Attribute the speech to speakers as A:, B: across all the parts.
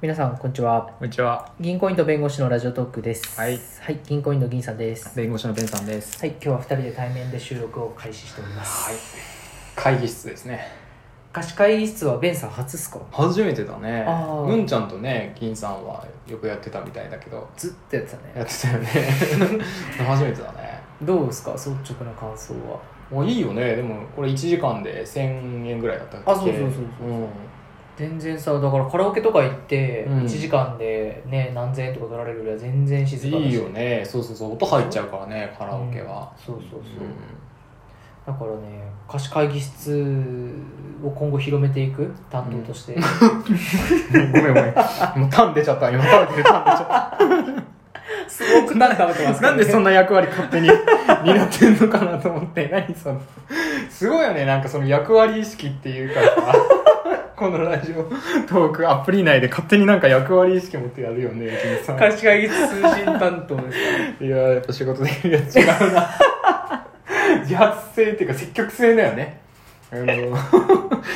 A: 皆さんこんにちは
B: こんにちは。
A: 銀行員と弁護士のラジオトークです
B: はい
A: 銀行員の銀さんです
B: 弁護士のベンさんです。
A: はい今日は2人で対面で収録を開始しております
B: はい。会議室ですね。
A: 貸し会議室はベンさん初っすか
B: 初めてだね
A: あー。
B: うんちゃんとね、銀さんはよくやってたみたいだけど、
A: ずっとやってた
B: や
A: ね
B: ってたよね。 初めてだね。
A: どうですか率直な感想は
B: もういいよね。でも、これ1時間で1000円ぐらいだったっけ
A: あそうそうそうそう
B: うん。
A: 全然さだからカラオケとか行って
B: うん
A: 1時間でね何千円とか取られるよりは全然静かだし
B: いいよね。そうそうそう。音入っちゃうからね、カラオケは。
A: そうそうそうう、
B: ん
A: だからね貸し会議室を今後広めていく担当として、
B: ごめんごめん。 もうタン出ちゃった。今、タン出てタン出ちゃっ
A: すごくなんか食べてます
B: た。なんでそんな役割勝手に 担ってんのかなと思って。何その。すごいよね。なんかその役割意識っていうか さ。このラジオトークアプリ内で勝手になんか役割意識持ってやるよね、君さん。
A: 貸し会議室通信担当ですか
B: いやーやっぱ仕事でいや違う な自発性っていうか積極性だよねあの 指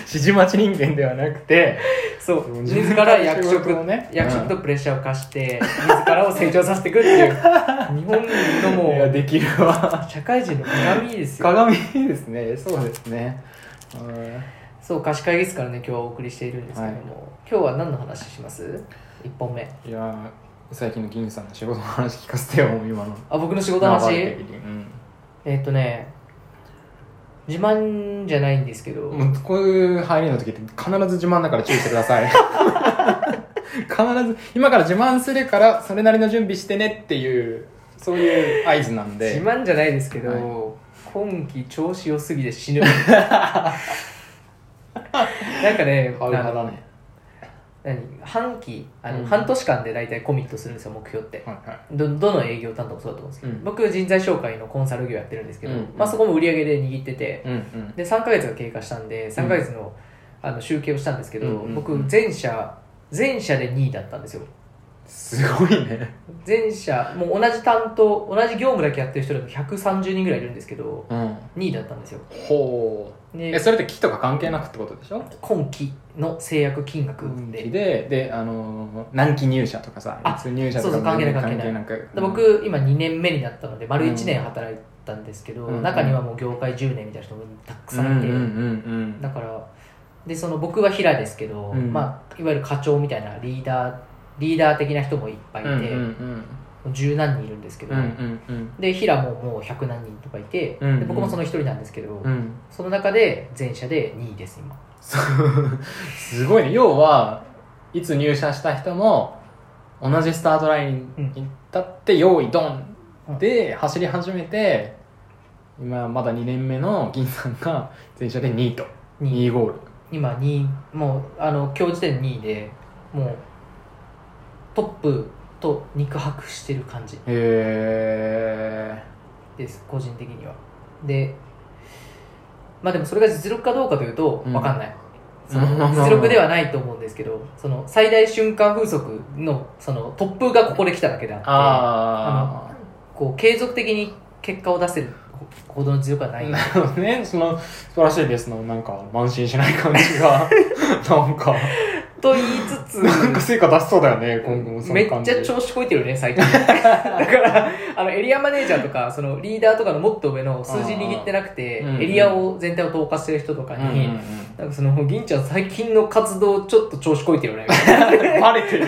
B: 示待ち人間ではなくて
A: そう
B: うん
A: 自ら役
B: 仕
A: 職
B: 事をね
A: 役職とプレッシャーを課して、自らを成長させていくっていう日本の
B: いや
A: も
B: できるわ
A: う社会人の鏡ですよ
B: 鏡ですねそうですねうん
A: そう貸し会議室からね今日はお送りしているんですけども、今日は何の話します一本目
B: いやー最近の銀さんの仕事の話聞かせてよ今の
A: あ僕の仕事の話
B: 流れ的にうん
A: えっとね自慢じゃないんですけど、
B: もうこういう入りの時って必ず自慢だから注意してください 必ず今から自慢するからそれなりの準備してねっていうそういう合図なん
A: 自
B: で
A: 慢じゃないですけど、
B: はい
A: 今季調子良すぎて死ぬ なんかね
B: あれだね
A: 何半期あの、
B: うん
A: 半年間で大体コミットするんですよ目標って
B: はいはい
A: どどの営業担当もそうだと思うんですけど、
B: うん
A: 僕人材紹介のコンサル業やってるんですけど、
B: うん
A: まあ、そこも売り上げで握ってて
B: うんうん
A: で3ヶ月が経過したんで3ヶ月の,、あの集計をしたんですけど、
B: うんうんうん
A: 僕全社全社で2位だったんですよ
B: すごいね
A: 全社もう同じ担当同じ業務だけやってる人でも130人ぐらいいるんですけど
B: うん
A: 2位だったんですよ
B: ほうえ
A: で
B: それって木とか関係なくってことでしょ
A: 今期の制約金額で、
B: でであのー難期入社とかさ
A: あ
B: いつ入社
A: そ
B: と
A: うそ
B: か
A: う関係ない
B: 関係なく
A: で僕今2年目になったので丸1年
B: うん
A: 働いたんですけど、
B: うんうん
A: 中にはもう業界10年みたいな人もたく
B: う
A: さ
B: んうんん
A: いて、
B: うん
A: だからでその僕は平ですけど、
B: うん
A: まあ、いわゆる課長みたいなリーダーリーダー的な人もいっぱいい
B: うんうん
A: て、
B: うん
A: もう十何人いるんですけど、
B: うんうんうん
A: で平ももう100何人とかいて、
B: うんうん
A: で僕もその一人なんですけど、
B: うん
A: その中で全社で2位です今
B: そうすごいね要はいつ入社した人も同じスタートラインに立って用意ドンで走り始めて今まだ2年目の銀さんが全社で2位と
A: 二
B: 2ゴール
A: 今2位もうあの今日時点で2位でもうトップと肉薄してる感じ
B: へ
A: です個人的にはでまあでもそれが実力かどうかというと
B: うん
A: 分かんない、そ
B: うん
A: の実力ではないと思うんですけどその最大瞬間風速のその突風がここで来ただけであって
B: ーああ
A: こう継続的に結果を出せるほどの実力はない、
B: なるほどねその素晴らしいですのなんか慢心しない感じ がなんか
A: と言いつつ
B: なんか成果出しそうだよね 今後もそ
A: め
B: の
A: っ
B: 感
A: ち
B: じ
A: ゃ調子こいてるね 最近だからあのエリアマネージャーとかそのリーダーとかのもっと上の数字握ってなくて、
B: あーうんうん
A: エリアを全体を統括してる人とか
B: うんうん
A: に、なんかその銀ちゃん最近の活動ちょっと調子こいてるよねみたいな
B: うんバレてる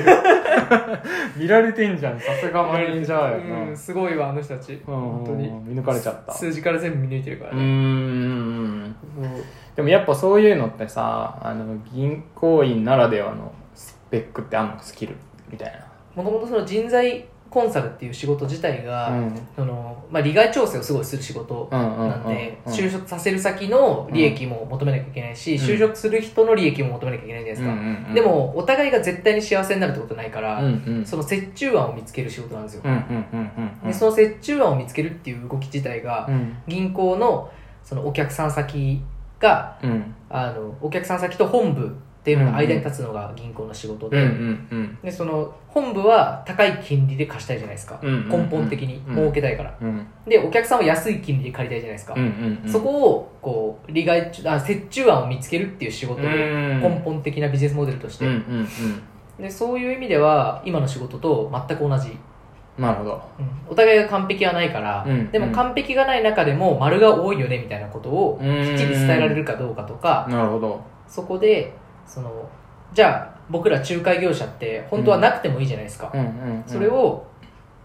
B: 見られてんじゃんさすがマネージャーやな、
A: うん、すごいわあの人たち本当に
B: 見抜かれちゃった
A: 数字から全部見抜いてるから
B: うー
A: ね、
B: ん
A: そう
B: でもやっぱそういうのってさあの銀行員ならではのスペックってあんのスキルみたい
A: もともとその人材コンサルっていう仕事自体が、
B: なうん
A: そのまあ、利害調整をすごいする仕事
B: うんうん
A: なんで、
B: うん
A: 就職させる先の利益も求めなきゃいけないし、
B: うん
A: 就職する人の利益も求めなきゃいけないじゃないですか、
B: うんうんうん
A: でもお互いが絶対に幸せになるってことないか
B: うん
A: ら、
B: うんうん
A: その折衷案を見つける仕事なんですよ、
B: うんうんうん
A: でその折衷案を見つけるっていう動き自体が、
B: うん
A: 銀行のそのお客さん先が
B: うん
A: あのお客さん先と本部っていうのが間に立つのが銀行の仕事
B: うんう
A: で、
B: んうん
A: でその本部は高い金利で貸したいじゃないですか、
B: うんうんうん
A: 根本的に
B: うん
A: 儲けたいから、
B: うん
A: でお客さんは安い金利で借りたいじゃないですか、
B: うんうんうん
A: そこをこう利害あ折衷案を見つけるっていう仕事
B: う
A: を
B: ん
A: 根本的なビジネスモデルとして
B: うんうん
A: でそういう意味では今の仕事と全く同じ、
B: なるほど
A: お互いが完璧はないから、
B: うん
A: でも完璧がない中でも丸が多いよねみたいなことを
B: うん
A: きっちり伝えられるかどうかとか、
B: なるほど
A: そこでそのじゃあ僕ら仲介業者って本当はなくてもいいじゃないですか、
B: うんうん、うん、
A: それを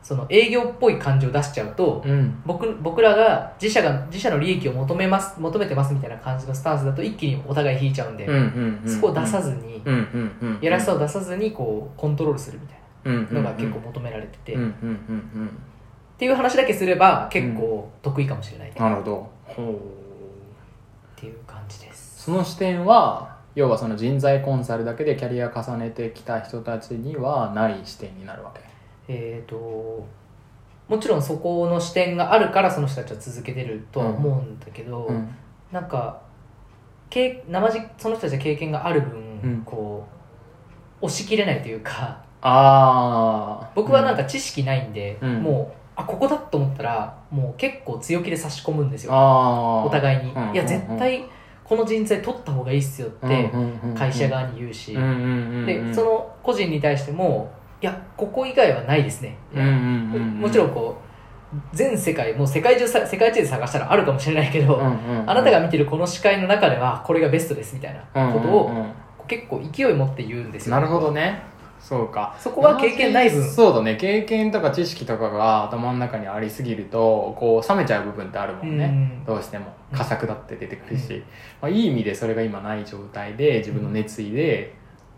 A: その営業っぽい感じを出しちゃうと、
B: うん
A: 僕僕らが自社が自社の利益を求めます求めてますみたいな感じのスタンスだと一気にお互い引いちゃうんで、
B: うんうんうん
A: そこを出さず
B: ず
A: に、
B: うんうんうん
A: やらしさを出さずにこうコントロールするみたいな
B: の
A: のが結構求められてて、
B: うんうん
A: っ
B: うん
A: ていう話だけすれば結構得意かもしれないね、
B: うんなるほど
A: っていう感じです
B: その視点は要はその人材コンサルだけでキャリア重ねてきた人たちにはない視点になるわけ
A: えっ、ともちろんそこの視点があるからその人たちは続けてるとは思うんだけど、
B: うん
A: なんかけ生じその人たちは経験がある分、
B: うん
A: こう押し切れないというか
B: ああ
A: 僕はなんか知識ないんで、
B: うん
A: もうあここだと思ったらもう結構強気で差し込むんですよ
B: あ
A: お互いに、
B: うん
A: いや絶対この人材取った方がいいっすよって会社側に言うし、で
B: で
A: その個人に対してもいやここ以外はないですね、もちろんこう全世界もう世界中さ世界中で探したらあるかもしれないけど、あ
B: あ
A: なたが見てるこの視界の中ではこれがベストですみたいなことを結構勢い持って言うんですよ
B: なるほどねそうか
A: そこは経験ない分
B: そうだね経験とか知識とかが頭の中にありすぎるとこう冷めちゃう部分ってあるもんね、
A: うん
B: どうしても
A: うん
B: 佳作だって出てくるし、
A: うん
B: まあ、いい意味でそれが今ない状態で自分の熱意で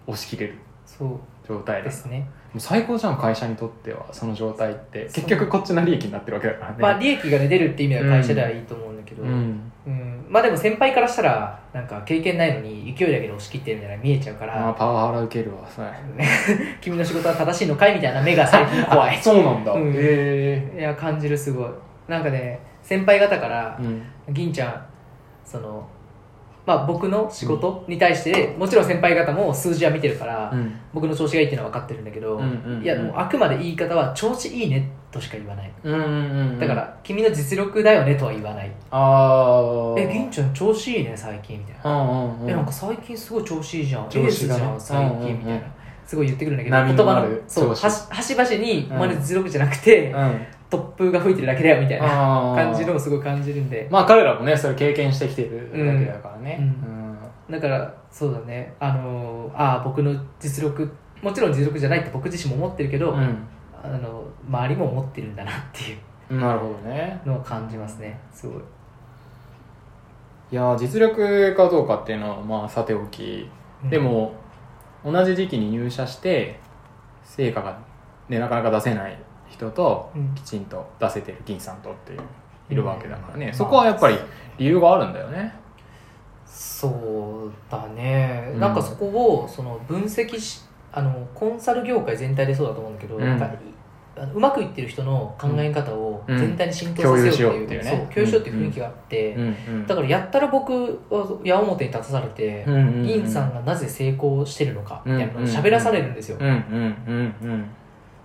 B: 押し切れる
A: そう
B: 状態
A: で
B: です、
A: すね
B: もう最高じゃん会社にとってはその状態って
A: そう
B: 結局こっちの利益になってるわけだからね、
A: まあ利益がね出るって意味では会社ではいいと思うんだけど、
B: うん、
A: うんまあでも先輩からしたらなんか経験ないのに勢いだけで押し切ってるみたいな見えちゃうか
B: あー
A: ら
B: パワハラ受けるわそれ
A: 君の仕事は正しいのかいみたいな目が最近怖い
B: あ そうなんだ、
A: うん
B: へえ
A: いや感じるすごいなんかね先輩方から
B: うん
A: 銀ちゃんそのまあ僕の仕事に対して、もちろん先輩方も数字は見てるから、
B: うん
A: 僕の調子がいいっていうのは分かってるんだけど、
B: うんうんうん
A: いやもうあくまで言い方は調子いいねとしか言わない
B: うんうんうん
A: だから、君の実力だよねとは言わない、
B: ああ
A: え銀ちゃん調子いいね最近みたいな、
B: うんうんうん
A: えなんか最近すごい調子いいじゃん
B: 調
A: エー
B: 子
A: ス
B: がね
A: じゃん最近みたいな、
B: うんうんうん
A: すごい言ってくるんだけ
B: 波
A: ど
B: の
A: 言葉
B: あ
A: の
B: る
A: そう
B: 調
A: は
B: 子
A: し端々に
B: うん
A: まるで実力じゃなくて、
B: うん
A: 突風が吹いてるだけだよみたいな
B: あー
A: 感じのをすごい感じるんで
B: まあ彼らもねそれ経験してきてるだけだからね
A: うん
B: うん
A: だからそうだねあのーあー僕の実力もちろん実力じゃないって僕自身も思ってるけど、
B: う、
A: あの周りも思ってるんだなっていうん
B: なるほどね
A: のを感じますねすごい
B: いやー実力かどうかっていうのはまあさておき、で、も同じ時期に入社して成果が、ね、なかなか出せない人と
A: うん
B: きちんと出せてる銀さんとっていういるわけだからね、
A: うん
B: そこはやっぱり理由があるんだよね
A: そうだね、
B: うん
A: なんかそこをその分析しあのコンサル業界全体でそうだと思うんだけど、
B: うん
A: なんかいあのうまくいってる人の考え方を
B: うん
A: 全体に浸透させよう
B: 共有しよう
A: っ
B: ってて
A: い,、
B: いううね
A: そう共有しようっていう雰囲気があって、
B: うんうん
A: だからやったら僕は矢面に立たされて、
B: うんうんうん
A: 銀さんがなぜ成功してるのかみたいなのを喋らされるんですよ、
B: うんうんうんうん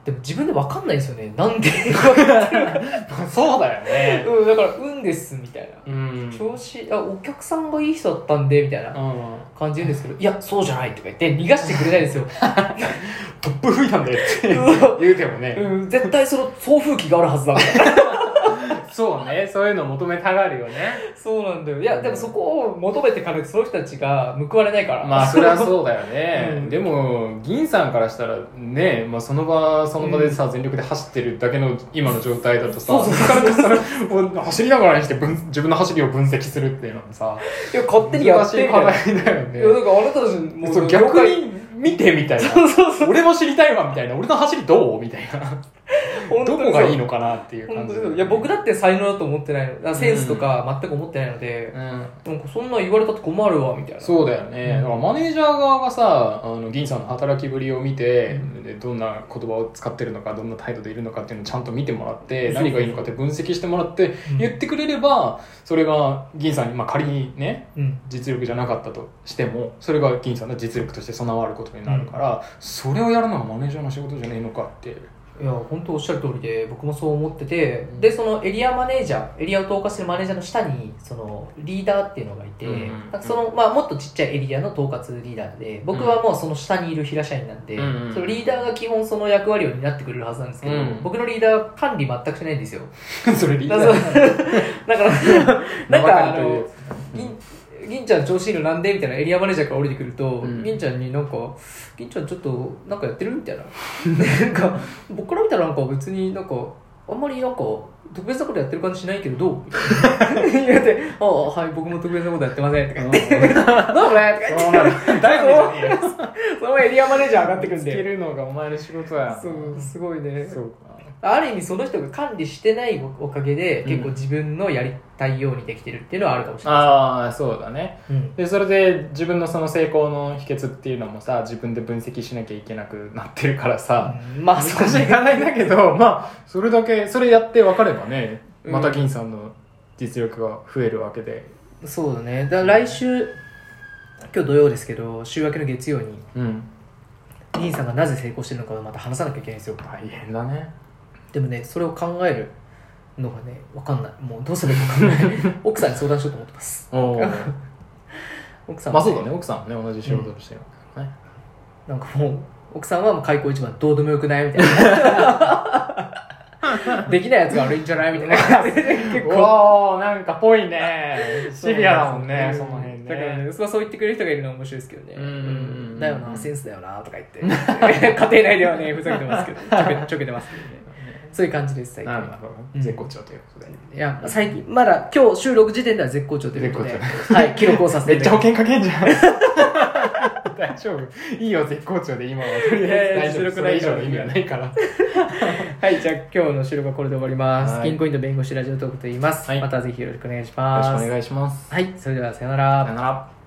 A: でも自分で分かんないですよ ねなんで分かってるのか
B: まあそうだよね
A: うん、だから「運です」みたいな
B: うん
A: 調子あお客さんがいい人だったんでみたいな
B: うん
A: 感じ言うんですけど「いやそうじゃない」とか言って逃がしてくれないんですよ
B: トップ吹いたんだよって
A: うわ
B: 言うてもね、
A: うん絶対その送風機があるはずだみたいな
B: そうねそういうの求めたがるよね
A: そうなんだよいやでもそこを求めてかないとその人たちが報われないから
B: まあ それはそうだよね、
A: うん
B: でも銀さんからしたらね、まあ、その場その場でさ、全力で走ってるだけの今の状態だとさ
A: そうそう
B: なかなかそれを 走りながらにして分自分の走りを分析するっていうのもさ
A: いや勝手にやってみたいな
B: 難
A: い
B: しい課題だよ
A: やな
B: ね
A: んかあなたたちも
B: そう
A: 業
B: 逆
A: 界
B: に見てみたい
A: そう
B: な
A: そうそう
B: 俺も知りたいわみたいな俺の走りどうみたいな
A: 本当に
B: ど
A: そう
B: こがいいのかなっていう
A: 本
B: 感
A: 当
B: じ
A: にそういや僕だって才能だと思ってないのだからセンスとか全く思ってないので、
B: うん
A: なんかそんなん言われたって困るわみたいな
B: そうだよね、
A: うん
B: だからマネージャー側がさあの銀さんの働きぶりを見て、
A: うん
B: でどんな言葉を使ってるのかどんな態度でいるのかっていうのをちゃんと見てもらって
A: そう
B: 何がいいのかって分析してもらって
A: うん
B: 言ってくれればそれが銀さんに、まあ、仮にね
A: うん
B: 実力じゃなかったとしてもそれが銀さんの実力として備わることになるから、それをやるのがマネージャーの仕事じゃねえのかって
A: いや本当おっしゃる通りで僕もそう思ってて、でそのエリアマネージャーエリアを統括するマネージャーの下にそのリーダーっていうのがいて、
B: うんうんうん
A: なんかそのまあ、もっとちっちゃいエリアの統括リーダーで僕はもうその下にいる平社員なんで、
B: うんうん
A: そのリーダーが基本その役割を担ってくれるはずなんですけど、
B: うん
A: 僕のリーダーは管理全くしないんですよ
B: それリー
A: だ
B: ダ
A: か
B: ー
A: らそうだからなんかあ
B: 名ばりという
A: の銀銀ちゃん調子いいのなんでみたいなエリアマネージャーから降りてくると、
B: うん
A: 銀ちゃんになんか「銀ちゃんちょっとなんかやってる?」みたいななんか僕から見たらなんか別になんかあんまりなんか特別なことやってる感じしないけどどうみたいな言われて「ああはい僕も特別なことやってません」とか言って「どうもね」とか言って
B: そうなんだ大丈夫じゃねえよ
A: そのエリアマネージャー上がってくるん
B: つ け
A: で
B: るのがお前の仕事や
A: そうすごいね
B: そうか
A: ある意味その人が管理してないおかげで結構自分のやりたいようにできてるっていうのはあるかもしれない
B: ああそうだね
A: です、うん
B: でそれで自分のその成功の秘訣っていうのもさ自分で分析しなきゃいけなくなってるからさ、
A: うんまあ
B: 難
A: そう
B: しい考えだけど、 まあ、それだけ、それやって分かればね、
A: うん
B: また銀さんの実力が増えるわけで。
A: そうだねだから来週今日土曜ですけど週明けの月曜に
B: うん。
A: 兄さんがなぜ成功してるのかをまた話さなきゃいけないんですよ
B: 大変だね。
A: でもねそれを考えるのがね分かんないもうどうすればいいか分かんない 奥さんに相談しようと思ってます
B: おお。
A: 奥さん
B: ま
A: は
B: あそうだね、奥さんもね、同じ仕事をしてるからね。
A: なんかもう奥さんはもう開口一番どうでもよくないみた いなできないやつが悪いんじゃないみたいな 感じで結構
B: おおなんかぽ いね。シビアだもんね、
A: う
B: その辺
A: だから
B: ね。
A: ねそうそう言ってくれる人がいるのは面白いですけどね
B: うんうんうんうん
A: だよなセンスだよなとか言って 家庭内ではねふざけてますけどちょけ ちょけてますけどねそういう感じです最近
B: なる
A: は
B: ほど
A: う。ん
B: 絶好調ということで。
A: いや最近まだ今日収録時点では絶好調ということで
B: 絶
A: はい記録をさせて
B: め
A: い
B: ったちゃ
A: だ
B: 保
A: き
B: 険かけんじゃん。大丈夫。いいよ、絶好調で今は。とりあえず大丈夫。それ以上の意味はないから。
A: ますはいじゃあ今日の収録はこれで終わります
B: はい
A: 銀行員と弁護士ラジオトークと言います
B: はい
A: またぜひよろしくお願いし
B: よろ
A: ま
B: しくお
A: す
B: 願いします。
A: はいそれではさよう
B: さよなら。